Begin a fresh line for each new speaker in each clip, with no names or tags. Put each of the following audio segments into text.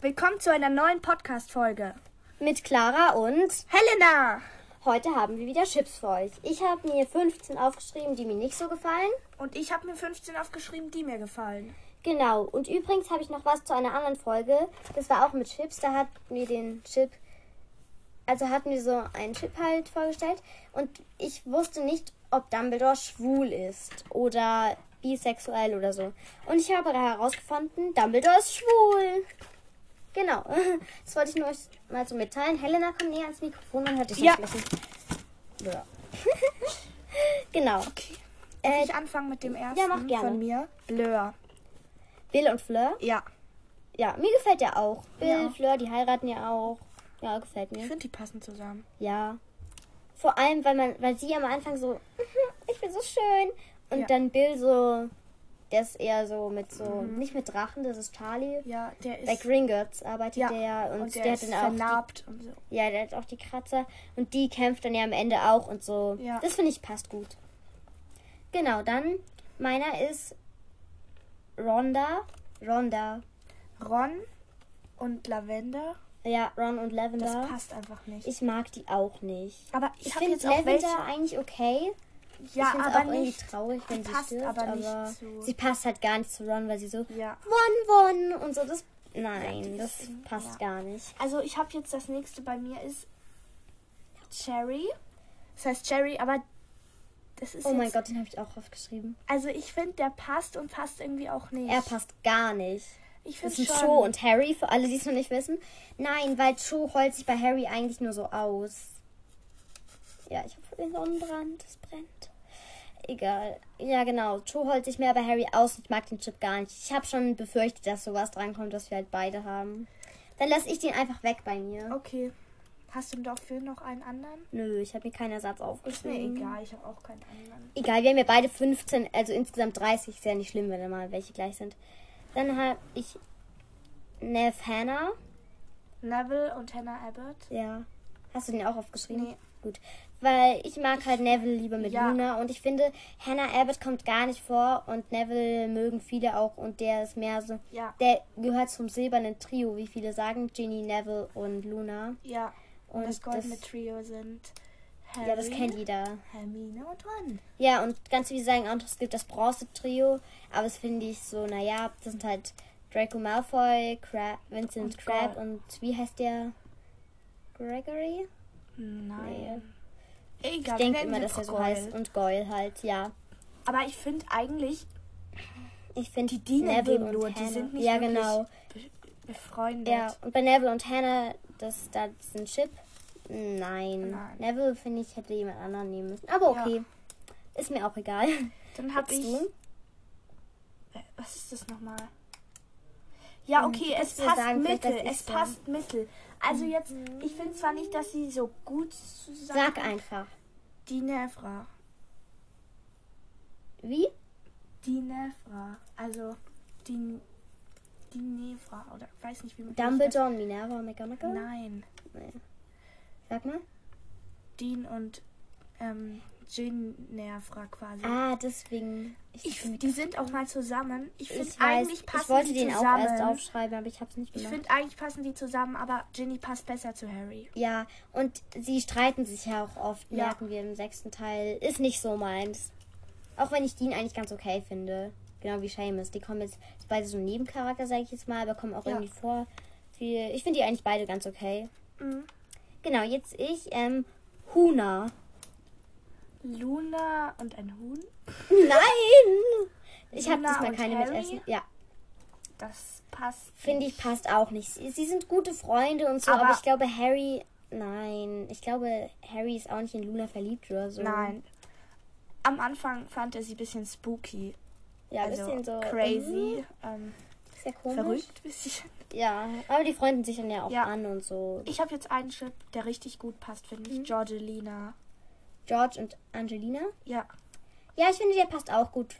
Willkommen zu einer neuen Podcast-Folge.
Mit Clara und
Helena!
heute haben wir wieder Chips für euch. Ich habe mir 15 aufgeschrieben, die mir nicht so gefallen.
Und ich habe mir 15 aufgeschrieben, die mir gefallen.
Genau, und übrigens habe ich noch was zu einer anderen Folge. Das war auch mit Chips, da hat mir den Chip, also hat mir so einen Chip halt vorgestellt. Und ich wusste nicht, ob Dumbledore schwul ist oder bisexuell oder so. Und ich habe herausgefunden, Dumbledore ist schwul. Genau, das wollte ich nur euch mal so mitteilen. Helena, komm näher ans Mikrofon, man hört dich
Ja.
nicht sprechen. Ja. genau. Äh,
ich anfange mit dem ersten
ja, mach gerne.
von mir. Blur.
Bill und Fleur.
Ja.
Ja, mir gefällt der auch. Bill,
Ja.
Fleur, die heiraten ja auch. Ja, gefällt
Ich
mir.
finde, die passen zusammen.
Ja. Vor allem, weil man, weil sie am Anfang so, "Mhm, ich bin so schön. Und
Ja.
dann Bill so, der ist eher so mit so, nicht mit Drachen, das ist Charlie.
Mhm. Ja, der
Bei
ist.
Gringotts arbeitet
ja.
der und, der,
der
hat
ist
dann auch
vernarbt und so.
die, ja, der hat auch die Kratzer und die kämpft dann ja am Ende auch und so.
Ja.
Das finde ich passt gut. Genau, dann meiner ist Rhonda, Rhonda.
Ron und Lavender.
Ja, Ron und Lavender.
Das passt einfach nicht.
Ich mag die auch nicht.
aber
Ich,
ich habe
finde
jetzt auch
Lavender
welche.
eigentlich okay. ich
Ja,
finde
aber
auch irgendwie
nicht.
traurig, wenn sie
passt
stirbt.
aber nicht zu-
sie passt halt gar nicht zu Ron, weil sie so
Ja.
One One und so. Das nein,
die
das
ist-
passt
ja.
gar nicht.
Also ich habe jetzt das nächste bei mir ist Cherry. Das heißt Cherry, aber das ist
Oh
jetzt,
mein Gott, den habe ich auch aufgeschrieben.
Also ich finde, der passt und passt irgendwie auch nicht.
Er passt gar nicht.
Ich
Das
finde
sind
schon.
Cho und Harry, für alle, die es noch nicht wissen. Nein, weil Cho heult sich bei Harry eigentlich nur so aus. Ja, ich habe den Sonnenbrand, es brennt. Egal. Ja, genau. Cho heult sich mehr bei Harry aus und ich mag den Chip gar nicht. Ich habe schon befürchtet, dass sowas drankommt, was wir halt beide haben. Dann lasse ich den einfach weg bei mir.
okay. Hast du dafür noch einen anderen?
Nö, ich habe mir keinen Ersatz
Ist mir
aufgeschrieben.
egal, ich habe auch keinen anderen.
Egal, wir haben ja beide 15, also insgesamt 30. Ist ja nicht schlimm, wenn da mal welche gleich sind. Dann habe ich Nev Hannah.
Neville und Hannah Abbott.
Ja. Hast du den auch aufgeschrieben?
Nee.
Gut. Weil ich mag halt Neville lieber mit
Ja.
Luna und ich finde, Hannah Abbott kommt gar nicht vor und Neville mögen viele auch und der ist mehr so.
Ja.
Der gehört zum silbernen Trio, wie viele sagen. Ginny, Neville und Luna.
Ja. Und
Und
das goldene
das-
Trio sind Harry,
Ja, das kennt jeder.
Hermine und Ron.
Ja, und ganz viele sagen auch, es gibt das Bronze-Trio, aber das finde ich so, naja, das sind halt Draco Malfoy, Crab, Vincent
Und
Crabbe
Gol-
und wie heißt der? Gregory?
Nein. Egal,
Ich
wir
denke
nennen
immer,
sie
dass er so
Goyle.
heißt. Und Goyle halt, ja.
Aber ich finde eigentlich,
Ich finde,
die dienen
Neville
dem
und
nur,
Hannah.
die sind nicht
Ja,
wirklich
genau.
be- befreundet.
Ja, und bei Neville und Hannah, das, das ist ein Chip. Nein.
Nein.
Neville, finde ich, hätte jemand anderen nehmen müssen. Aber
Ja.
okay. Ist mir auch egal.
Dann habe ich.
Willst du?
Was ist das nochmal? Ja,
Ähm,
okay,
kannst
es
du mir
passt
sagen, vielleicht
mittel.
lass ich
Es
sagen.
passt mittel. Also jetzt, ich finde zwar nicht, dass sie so gut zusammen.
Sag einfach.
Die Nevra.
Wie?
Die Nevra. Also, die. Die Nevra. Oder weiß nicht, wie man
Dumbledore und Minerva und McGonagall?
Nein.
Nein. Sag mal.
Dean und. Ähm, Jin Nevra quasi.
Ah, deswegen. Ich,
Ich, die sind auch mal zusammen. Ich
ich
finde
weiß,
eigentlich passen
ich wollte
die
den auch
zusammen.
erst aufschreiben, ne? aber ich habe es nicht
ich
gemacht.
finde eigentlich passen die zusammen, aber Ginny passt besser zu Harry.
Ja, und sie streiten sich ja auch oft,
Ja.
merken wir im sechsten Teil. Ist nicht so meins. Auch wenn ich Dean eigentlich ganz okay finde. Genau wie Seamus. Die kommen jetzt beide so Nebencharakter, sage ich jetzt mal, aber kommen auch
Ja.
irgendwie vor. Viel. Ich finde die eigentlich beide ganz okay.
Mhm.
Genau, jetzt ich, ähm, Huna.
Luna und ein Huhn.
Nein! Ich habe
Luna
diesmal
und
keine mit
Harry?
Essen. Ja,
Das passt.
finde ich passt auch nicht. Sie, sie sind gute Freunde und so, aber,
Aber-
ich glaube, Harry. Nein, ich glaube, Harry ist auch nicht in Luna verliebt oder so.
Nein. Am Anfang fand er sie ein bisschen spooky.
Ja, ein
also
bisschen so. mhm.
crazy. Ähm,
Sehr komisch.
verrückt ein bisschen.
Ja, aber die freunden sich dann ja auch
Ja.
an und so.
Ich habe jetzt einen Chip, der richtig gut passt, finde
Mhm.
ich. Georgelina.
George und Angelina.
Ja,
Ja, ich finde, der passt auch gut.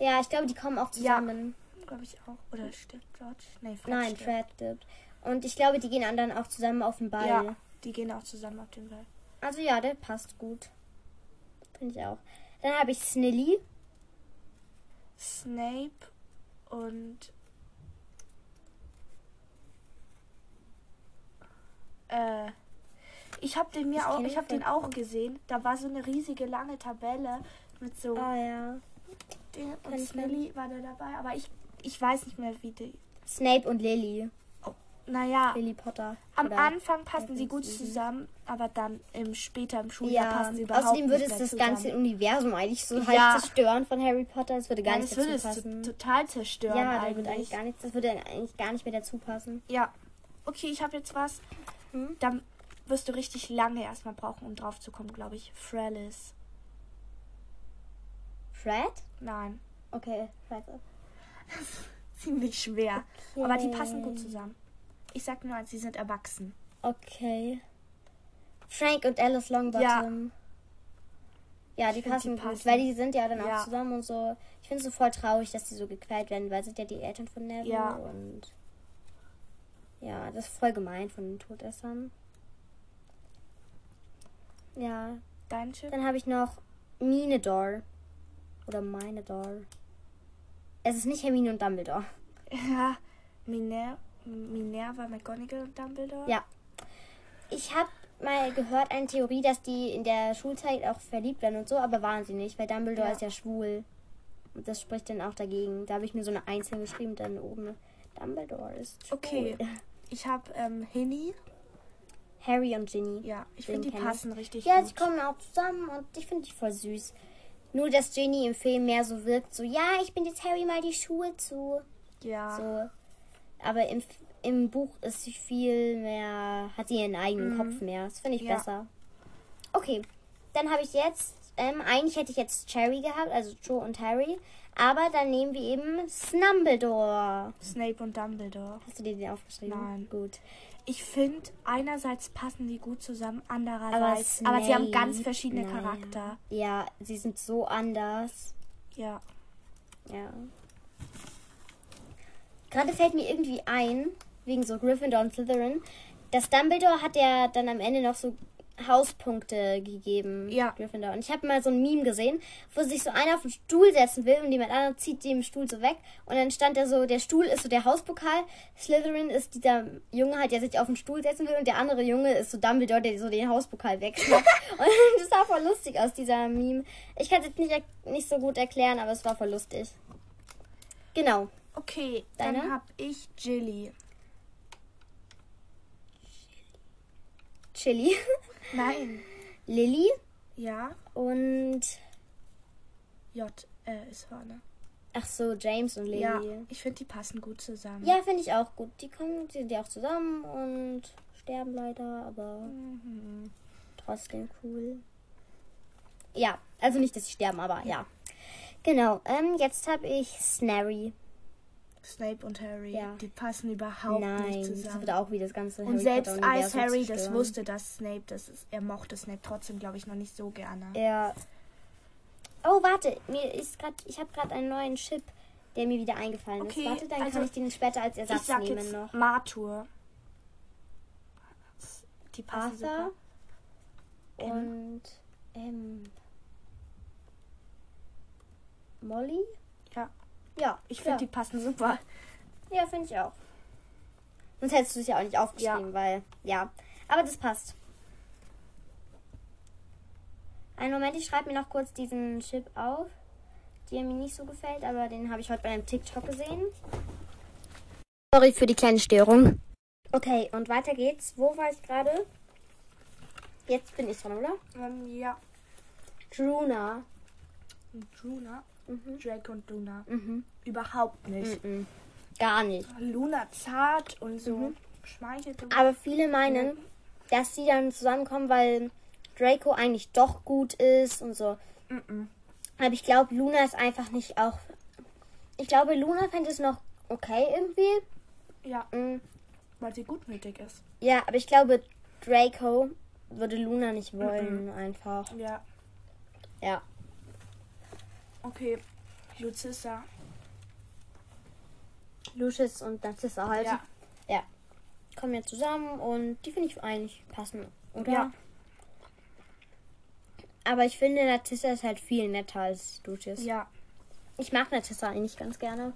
Ja, ich glaube, die kommen auch
Ja.
zusammen.
glaube ich auch. Oder stirbt George? Nee, Fred
Nein,
stirbt.
Fred stirbt. Und ich glaube, die gehen anderen auch zusammen auf den Ball.
Ja, die gehen auch zusammen auf den Ball.
Also ja, der passt gut. Finde ich auch. Dann habe ich Snilly.
Snape und Äh, ich habe den mir
Ich
auch,
kenn
ich
den
habe den auch gesehen. Da war so eine riesige lange Tabelle mit so
Ah ja.
den,
kann
und
ich mir-
Smelly war da dabei, aber ich ich weiß nicht mehr wie die.
Snape und Lily.
Naja,
Lily Potter.
am
Oder-
Anfang passen
Oder
sie gut
Susan.
zusammen, aber dann im später im Schuljahr
Ja,
passen sie überhaupt
außerdem würde
nicht
es
mehr
das ganze
zusammen.
Universum eigentlich so
Ja.
halb zerstören von Harry Potter. Es würde gar
Nein,
nicht
das würde
dazu
es to-
passen.
total zerstören
ja, da
eigentlich.
würde eigentlich gar nichts, das würde eigentlich gar nicht mehr dazu passen.
Ja. Okay, ich habe jetzt was.
Hm?
Dann wirst du richtig lange erstmal brauchen, um drauf zu kommen, glaube ich. Frellis.
Fred?
Nein.
Okay, Fred.
Ziemlich schwer. Aber die
Okay.
passen gut zusammen. Ich sag nur eins, sie sind erwachsen.
Okay. Frank und Alice Longbottom. Ja, die,
Ich find,
passen
die
gut,
passen.
weil die sind ja dann
Ja.
auch zusammen und so. Ich finde es so voll traurig, dass die so gequält werden, weil sind ja die Eltern von Neville
Ja.
und ja, das ist voll gemein von den Todessern. Ja,
Dein Chip?
dann habe ich noch Minedor oder Minedor. Es ist nicht Hermine und Dumbledore.
Ja. Miner Minerva, McGonagall und Dumbledore?
Ja. Ich habe mal gehört eine Theorie, dass die in der Schulzeit auch verliebt werden und so, aber waren sie nicht, weil Dumbledore
Ja.
ist ja schwul. Und das spricht dann auch dagegen. Da habe ich mir so eine Einzel geschrieben, dann oben. Dumbledore ist schwul.
Okay. Ich habe ähm, Hinny.
Harry und Ginny.
Ja, ich
Den
finde, die
kenn ich.
passen richtig
Ja,
gut.
sie kommen auch zusammen und ich finde die voll süß. Nur, dass Ginny im Film mehr so wirkt, so, ja, ich bin jetzt Harry mal die Schuhe zu.
Ja.
So. Aber im, F- im Buch ist sie viel mehr, hat sie ihren eigenen Kopf mehr. Das finde ich
Mhm. Ja.
besser. Okay, dann habe ich jetzt, ähm, eigentlich hätte ich jetzt Cherry gehabt, also Joe und Harry. Aber dann nehmen wir eben Snumbledore.
Snape und Dumbledore.
Hast du dir den aufgeschrieben?
Nein.
Gut.
Ich finde, einerseits passen die gut zusammen,
Aber,
andererseits. Aber, sie haben ganz
Snape,
verschiedene
naja.
Charakter.
Ja, sie sind so anders.
Ja.
Ja. Gerade fällt mir irgendwie ein, wegen so Gryffindor und Slytherin, dass Dumbledore hat ja dann am Ende noch so Hauspunkte gegeben.
Ja.
Gryffindor. Und ich habe mal so ein Meme gesehen, wo sich so einer auf den Stuhl setzen will und jemand anderer zieht den Stuhl so weg. Und dann stand da so, der Stuhl ist so der Hauspokal, Slytherin ist dieser Junge halt, der sich auf den Stuhl setzen will und der andere Junge ist so Dumbledore, der so den Hauspokal wegschnappt. und das sah voll lustig aus, dieser Meme. Ich kann es jetzt nicht, er- nicht so gut erklären, aber es war voll lustig. Genau.
Okay, dann
Deine?
hab ich Jilly.
Chili,
Nein.
Lilly
Ja.
und
J äh, ist vorne.
ach so, James und Lilly.
Ja.
Ja,
Ich finde, die passen gut zusammen.
finde ich auch gut. Die kommen, die sind ja auch zusammen und sterben leider, aber
Mhm.
trotzdem cool. Ja, also nicht, dass sie sterben, aber ja. Genau, ähm, jetzt habe ich Snarry.
Snape und Harry,
Ja.
die passen überhaupt
Nein,
nicht
das
zusammen.
wird auch wie das ganze
und selbst als
Potter-Universum
Harry das
zerstören.
wusste, dass Snape das ist, er mochte Snape trotzdem, glaube ich, noch nicht so gerne.
Ja. Oh, warte, mir ist gerade, ich habe gerade einen neuen Chip, der mir wieder eingefallen
Okay,
ist. Warte, dann
also
kann ich den später als
ich
Ersatz
sag
nehmen
jetzt
noch.
Martur. Die passen
Arthur
super. Ähm,
und ähm, Molly?
Ja.
Ja,
ich finde,
ja.
die passen super.
Ja, finde ich auch. Sonst hättest du es ja auch nicht aufgeschrieben, weil, ja. Aber das passt. Einen Moment, ich schreibe mir noch kurz diesen Chip auf, der mir nicht so gefällt, aber den habe ich heute bei einem TikTok gesehen. Sorry für die kleine Störung. Okay, und weiter geht's. Wo war ich gerade? Jetzt bin ich dran, oder?
Ähm, ja.
Druna.
Und Luna,
Mhm.
Drake und Luna.
Mhm.
Überhaupt nicht.
Mhm. Gar nicht.
Luna zart und so
Mhm.
schmeichelt. und-
Aber viele meinen, dass sie dann zusammenkommen, weil Draco eigentlich doch gut ist und so.
Mhm.
Aber ich glaube, Luna ist einfach nicht auch. Ich glaube, Luna fände es noch okay irgendwie.
Ja,
Mm,
weil sie gutmütig ist.
Ja, aber ich glaube, Draco würde Luna nicht
Mhm.
wollen, einfach.
Ja,
Ja.
okay. Lucissa.
Lucius und Narcissa halt
Ja.
kommen ja zusammen und die finde ich eigentlich passend, oder?
Ja.
Aber ich finde, Narcissa ist halt viel netter als Lucius.
Ja. Mhm.
Ich mag Narcissa eigentlich ganz gerne.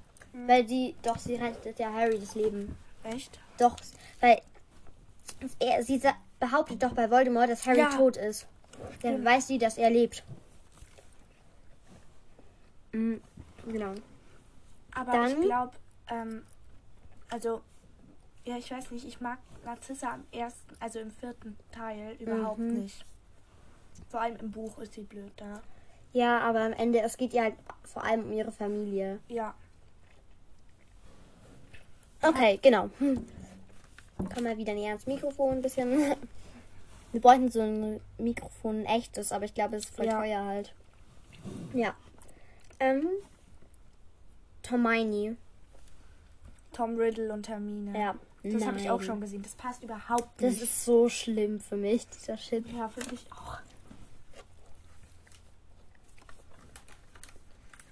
Weil sie, doch, sie rettet ja Harry das Leben.
Echt?
Doch, weil er, sie sa- behauptet doch bei Voldemort, dass Harry
Ja.
tot ist. Dann
Stimmt.
weiß sie, dass er lebt. Mhm, genau.
Aber
Dann-
ich glaube, ähm, also, ja, ich weiß nicht, ich mag Narzissa am ersten, also im vierten Teil überhaupt
Mhm.
nicht. Vor allem im Buch ist sie blöd da.
Ja, aber am Ende, es geht ihr halt vor allem um ihre Familie.
Ja.
Okay, genau. Hm. Komm mal wieder näher ans Mikrofon ein bisschen. Wir bräuchten so ein Mikrofon, ein echtes, aber ich glaube, es ist voll
Ja.
teuer halt. Ja. Ähm. Hermione.
Tom Riddle und Hermine.
Ja.
Das habe ich auch
Nein.
schon gesehen. Das passt überhaupt
Das
nicht.
ist so schlimm für mich, dieser Shit.
ja, finde ich auch.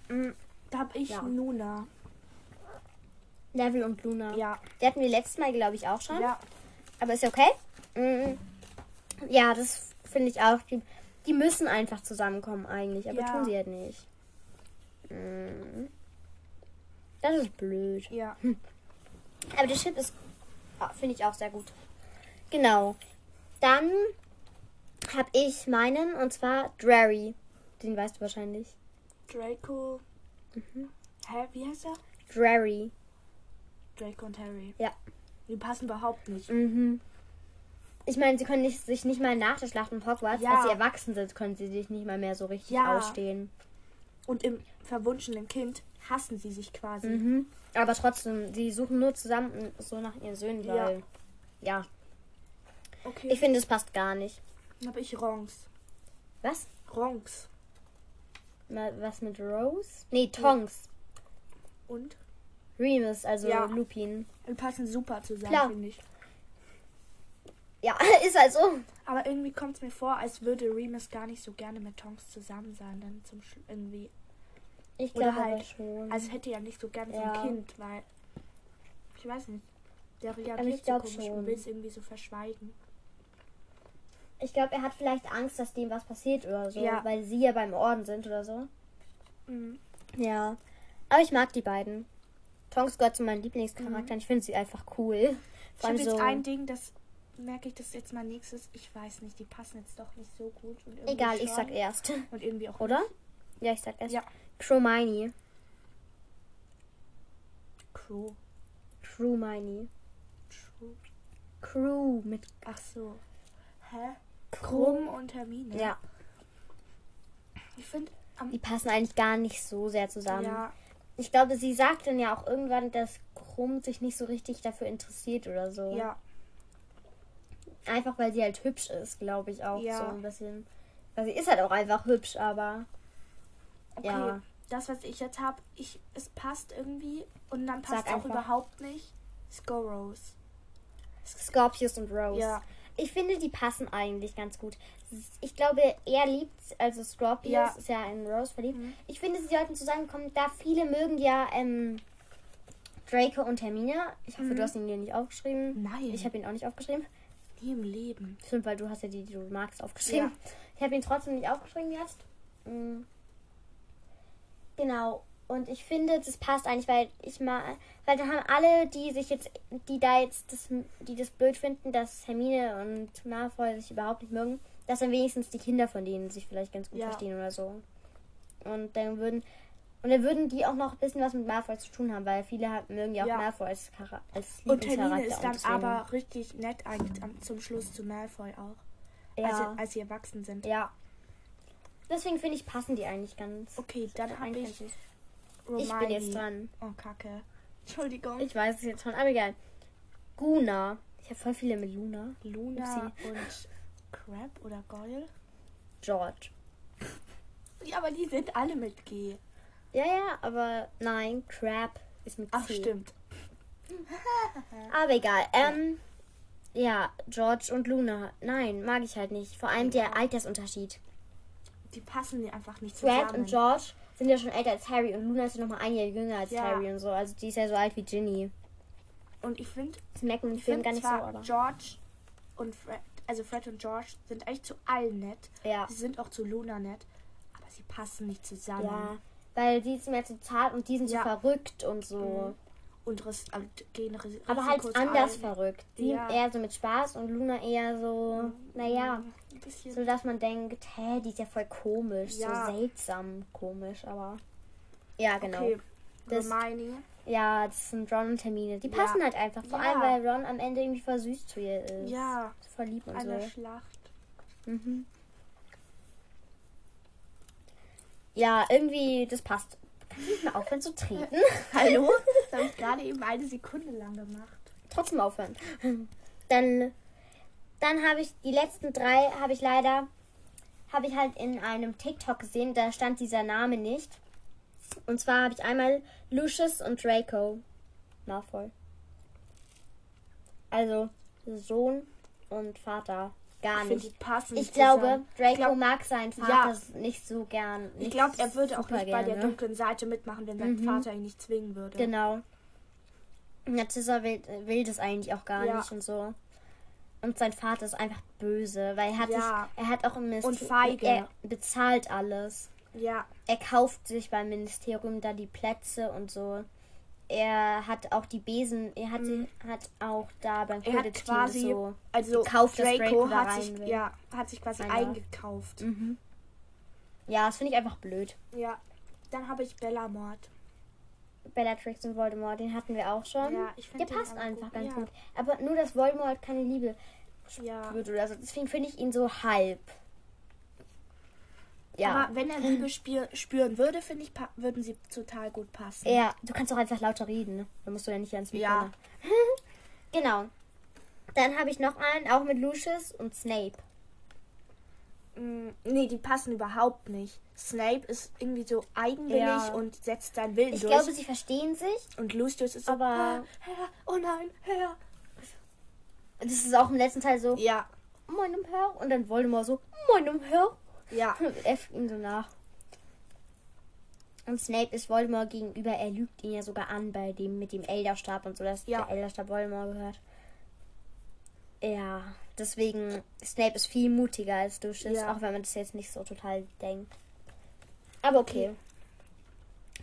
Mm, Da habe ich
Ja.
Nuna.
Neville und Luna.
Ja,
Die hatten wir letztes Mal, glaube ich, auch schon.
ja.
Aber ist ja okay. Mhm. Ja, das finde ich auch. Die, die müssen einfach zusammenkommen eigentlich, aber
Ja.
tun sie halt nicht. Mhm. Das ist blöd.
Ja.
Aber der Chip ist, ah, finde ich auch sehr gut. Genau. Dann habe ich meinen und zwar Drarry. Den weißt du wahrscheinlich.
Draco.
Mhm.
Hä, wie heißt er?
Drarry.
Draco und Harry.
Ja.
Die passen überhaupt nicht.
Mhm. Ich meine, sie können nicht, sich nicht mal nach der Schlacht um Hogwarts,
Ja.
als sie erwachsen sind, können sie sich nicht mal mehr so richtig
Ja.
ausstehen.
Und im verwunschenen Kind hassen sie sich quasi.
Mhm. Aber trotzdem, sie suchen nur zusammen so nach ihren Söhnen,
Ja.
weil. Ja.
Okay.
Ich finde, es passt gar nicht.
Dann habe ich Ronks.
Was?
Ronks.
Na, Was mit Rose? Nee, Tongs.
Und?
Remus, also
Ja.
Lupin.
Die passen super zusammen,
Klar.
finde ich.
Ja, ist halt so.
Aber irgendwie kommt es mir vor, als würde Remus gar nicht so gerne mit Tonks zusammen sein. Dann zum Schlu- irgendwie.
Ich
Oder
glaube halt
halt,
schon.
Also hätte ja nicht so gern so
Ja.
ein Kind, weil. Ich weiß nicht. Der
ich
reagiert so
glaub
komisch
schon.
und will es irgendwie so verschweigen.
ich glaube, er hat vielleicht Angst, dass dem was passiert oder so,
Ja.
weil sie ja beim Orden sind oder so.
Mhm.
Ja. Aber ich mag die beiden. Tonks gehört zu meinen Lieblingscharakteren. Ich finde sie einfach cool.
Mhm. Ich habe
Also
jetzt ein Ding, das merke ich das jetzt mal nächstes. Ich weiß nicht, die passen jetzt doch nicht so gut. Und irgendwie
Egal, ich
schon.
sag erst.
Und irgendwie auch
Oder? Ja, ich sag erst.
Nicht. Ja.
Cromini.
Crow.
Crewmini.
True.
Crew mit
Ach so. Hä?
Krumm.
Krumm und Hermine.
Ja.
Ich finde.
Die passen eigentlich gar nicht so sehr zusammen.
Ja,
Ich glaube, sie sagt dann ja auch irgendwann, dass Krumm sich nicht so richtig dafür interessiert oder so.
ja,
Einfach weil sie halt hübsch ist, glaube ich auch
Ja.
so ein bisschen. Weil sie ist halt auch einfach hübsch, aber
okay.
Ja.
Das, was ich jetzt habe, ich, es passt irgendwie und dann
Sag
passt auch
einfach.
überhaupt nicht. Scorrows.
Scorpius und Rose.
Ja.
Ich finde, die passen eigentlich ganz gut. Ich glaube, er liebt, also Scorpius
Ja.
ist ja in Rose verliebt.
Mhm.
Ich finde, sie sollten zusammenkommen, da viele mögen ja ähm, Draco und Hermine. Ich hoffe,
Mhm.
du hast ihn dir nicht aufgeschrieben.
Nein,
Ich habe ihn auch nicht aufgeschrieben.
nie im Leben.
Stimmt, weil du hast ja die, die du magst, aufgeschrieben. Ich habe ihn trotzdem nicht aufgeschrieben jetzt. Mm. Genau. Und ich finde, das passt eigentlich, weil ich mal, weil da haben alle, die sich jetzt, die da jetzt, das, die das blöd finden, dass Hermine und Malfoy sich überhaupt nicht mögen, dass dann wenigstens die Kinder von denen sich vielleicht ganz gut
Ja.
verstehen oder so. Und dann würden, und dann würden die auch noch ein bisschen was mit Malfoy zu tun haben, weil viele ha- mögen ja auch
Ja.
Malfoy als, Chara- als
Und Hermine
Lieblingscharakter.
ist dann
deswegen-
aber richtig nett eigentlich am- zum Schluss zu Malfoy auch.
ja.
Als, sie- als sie erwachsen sind.
Ja. Deswegen finde ich, passen die eigentlich ganz.
Okay, dann habe
eigentlich
ich
ganz gut.
Romani.
ich bin jetzt dran.
Oh, kacke. Entschuldigung.
Ich weiß es jetzt schon, aber egal. Guna. Ich habe voll viele mit Luna.
Luna und Crab oder Goyle.
George.
Ja, aber die sind alle mit G.
Ja, ja, aber nein, Crab ist mit C.
Ach, stimmt.
Aber egal. Ähm, ja, George und Luna. Nein, mag ich halt nicht. Vor allem der Altersunterschied.
Die passen mir einfach nicht zusammen.
Crab und George sind ja schon älter als Harry und Luna ist ja noch mal ein Jahr jünger als
Ja.
Harry und so. Also die ist ja so alt wie Ginny.
Und ich finde,
Das merkt man im
ich
Film
find
gar nicht so,
zwar
aber.
George und Fred, also Fred und George sind eigentlich zu allen nett.
Ja.
Sie sind auch zu Luna nett, aber sie passen nicht zusammen.
Ja, weil die ist mir zu zart und die sind
Ja. Mhm.
so verrückt und so.
und ris also gehen Ris
Aber halt
Risikos
anders
ein.
verrückt. Sie
Ja. Mhm.
eher so mit Spaß und Luna eher so, naja,
Ein bisschen.
so dass man denkt, hä, die ist ja voll komisch,
Ja.
so seltsam komisch, aber. Ja, genau.
Okay.
Das-
Hermione.
Ja, das sind Ron und Hermine. Die passen halt einfach. Vor
Ja.
allem, weil Ron am Ende irgendwie voll süß zu ihr ist.
Ja,
So Voll lieb und
eine
so.
Schlacht.
Mhm. Ja, irgendwie, das passt. Kannst du nicht mal aufhören zu treten? Hallo?
Das habe ich gerade eben eine Sekunde lang gemacht.
Trotzdem aufhören. Dann, dann habe ich die letzten drei, habe ich leider, habe ich halt in einem TikTok gesehen, da stand dieser Name nicht. Und zwar habe ich einmal Lucius und Draco Malfoy. Also Sohn und Vater. Gar
Ich finde, die
nicht.
passen
Ah, Ich glaube,
zusammen.
Draco
glaub-
mag seinen
Ja.
Vater nicht so gern.
Ich
nicht ne?
glaube, er würde auch
super
nicht bei der
gerne.
dunklen Seite mitmachen, wenn sein
Mhm.
Vater ihn nicht zwingen würde.
Genau. Narcissa will, will das eigentlich auch gar
Ja.
nicht und so. Und sein Vater ist einfach böse, weil er hat,
Ja.
sich, er hat auch im Ministerium.
feige.
Er bezahlt alles.
Ja,
Er kauft sich beim Ministerium da die Plätze und so. Er hat auch die Besen. Er hat,
Mhm.
hat auch da beim
er hat
Quidditch-Team
quasi
so.
also
gekauft, dass
Draco,
Draco da
hat
rein
sich
will.
ja hat sich quasi
Einer.
eingekauft.
Mhm. Ja, das finde ich einfach blöd.
Ja, dann habe ich Bellamort.
Bellatrix und Voldemort, den hatten wir auch schon.
Ja, ich find
Der
den
passt
aber
einfach
gut.
ganz
Ja.
gut. Aber nur, dass Voldemort keine Liebe
Ja.
wird oder so. Deswegen finde ich ihn so halb. Ja.
Aber wenn er Liebe spür, spüren würde, finde ich, pa- würden sie total gut passen.
ja. Du kannst doch einfach lauter reden. ne? Da musst du ja nicht ans Mikro.
Ja.
ne? genau. Dann habe ich noch einen, auch mit Lucius und Snape.
Mm, Nee, die passen überhaupt nicht. Snape ist irgendwie so eigenwillig
Ja.
und setzt seinen Willen
Ich
durch.
glaube, sie verstehen sich.
und Lucius ist so,
Aber-
"Ah, Herr, oh nein, Herr.
Das ist auch im letzten Teil so,
Ja,
meinem Herr. Und dann Voldemort so, meinem Herr.
ja,
Er fügt ihm so nach. Und Snape ist Voldemort gegenüber. Er lügt ihn ja sogar an bei dem mit dem Elderstab und so, dass
Ja.
der Elderstab Voldemort gehört. Ja, deswegen Snape ist viel mutiger als Lucius,
Ja.
auch wenn man das jetzt nicht so total denkt. Aber okay.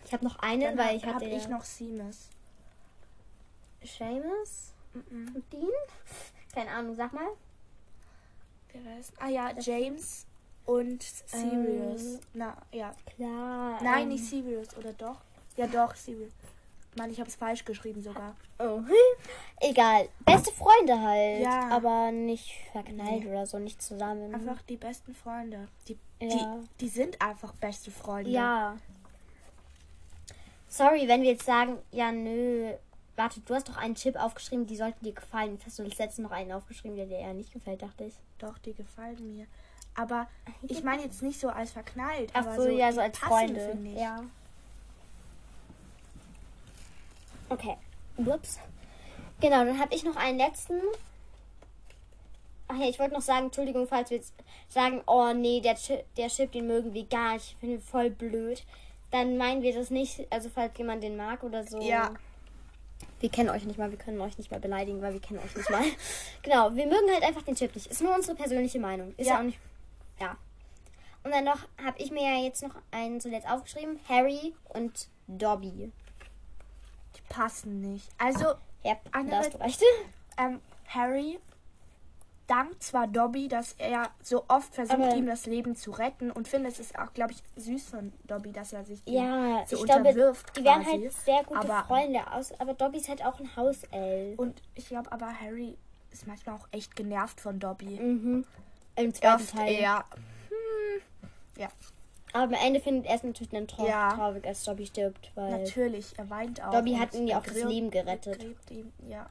Ich habe noch einen,
dann
weil ich
hab
hatte
ich noch Seamus.
Seamus
Mhm.
und Dean. Keine Ahnung, sag mal.
Wer weiß? Ah ja, James und Sirius.
Ähm,
Na, ja.
Klar.
Nein,
ähm,
nicht Sirius, oder doch? Ja, doch, Sirius. Mann, ich habe es falsch geschrieben sogar.
Oh. Egal. Beste Freunde halt.
Ja.
Aber nicht verknallt
Nee.
oder so, nicht zusammen.
Einfach die besten Freunde. Die,
Mhm. Ja.
die, die sind einfach beste Freunde.
ja. Sorry, wenn wir jetzt sagen, ja, nö. Warte, du hast doch einen Chip aufgeschrieben, die sollten dir gefallen. Jetzt hast du das letzte noch einen aufgeschrieben, der dir eher nicht gefällt, dachte ich.
Doch, die gefallen mir. Aber ich meine jetzt nicht so als verknallt,
Ach
aber
so, ja,
die
so als
passen,
Freunde.
finde ich.
Ja. Okay. Ups. Genau, dann habe ich noch einen letzten. Ach ja, ich wollte noch sagen, Entschuldigung, falls wir jetzt sagen, oh nee, der, Chi- der Chip, den mögen wir gar nicht, finden wir voll blöd. Dann meinen wir das nicht, also falls jemand den mag oder so.
Ja.
Wir kennen euch nicht mal, wir können euch nicht mal beleidigen, weil wir kennen euch nicht mal. genau, wir mögen halt einfach den Chip nicht. Ist nur unsere persönliche Meinung. Ist ja,
Ja.
auch nicht. Ja. Und dann noch habe ich mir ja jetzt noch einen zuletzt aufgeschrieben: Harry und Dobby.
Die passen nicht. Also,
Ja,
Eine
da hast
Welt-
du recht.
ähm, Harry dankt zwar Dobby, dass er so oft versucht,
Aber-
ihm das Leben zu retten und finde, es ist auch, glaube ich, süß von Dobby, dass er sich ihm
Ja,
so
ich glaube,
unterwirft
die wären
quasi.
halt sehr gute
aber,
Freunde aus, aber Dobby ist halt auch ein Hauself.
Und ich glaube aber, Harry ist manchmal auch echt genervt von Dobby.
Mhm. Im zweiten
Oft
Teil.
eher. Hm. Ja,
Aber am Ende findet er es natürlich dann trau
Ja.
traurig, als Dobby stirbt, weil
natürlich, er weint auch.
Dobby
und
hat ihm ja
er
auch das
gräbt-
Leben gerettet.
gräbt Ihm, ja.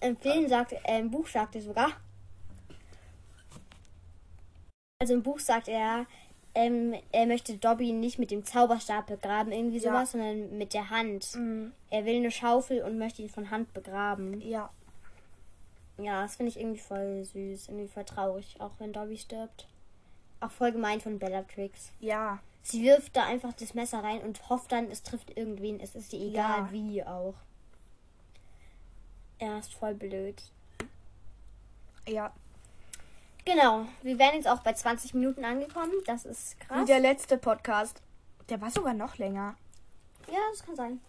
im Film sagt, äh, im Buch sagt er sogar. Also im Buch sagt er, ähm, er möchte Dobby nicht mit dem Zauberstab begraben, irgendwie
Ja.
sowas, sondern mit der Hand.
Mhm.
Er will eine Schaufel und möchte ihn von Hand begraben.
Ja,
Ja, das finde ich irgendwie voll süß, irgendwie voll traurig, auch wenn Dobby stirbt. Auch voll gemein von Bellatrix.
ja.
Sie wirft da einfach das Messer rein und hofft dann, es trifft irgendwen. Es ist ihr egal
Ja.
wie auch. Er ist voll blöd.
Ja,
Genau, wir wären jetzt auch bei 20 Minuten angekommen. Das ist krass.
wie der letzte Podcast. Der war sogar noch länger.
Ja, das kann sein.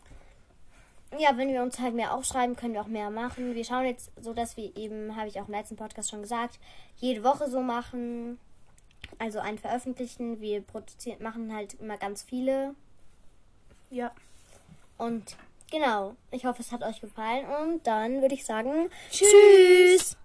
Ja, wenn wir uns halt mehr aufschreiben, können wir auch mehr machen. Wir schauen jetzt so, dass wir eben, habe ich auch im letzten Podcast schon gesagt, jede Woche so machen. Also einen veröffentlichen. Wir produzieren, machen halt immer ganz viele.
Ja.
Und genau, ich hoffe, es hat euch gefallen. Und dann würde ich sagen,
Tschüss.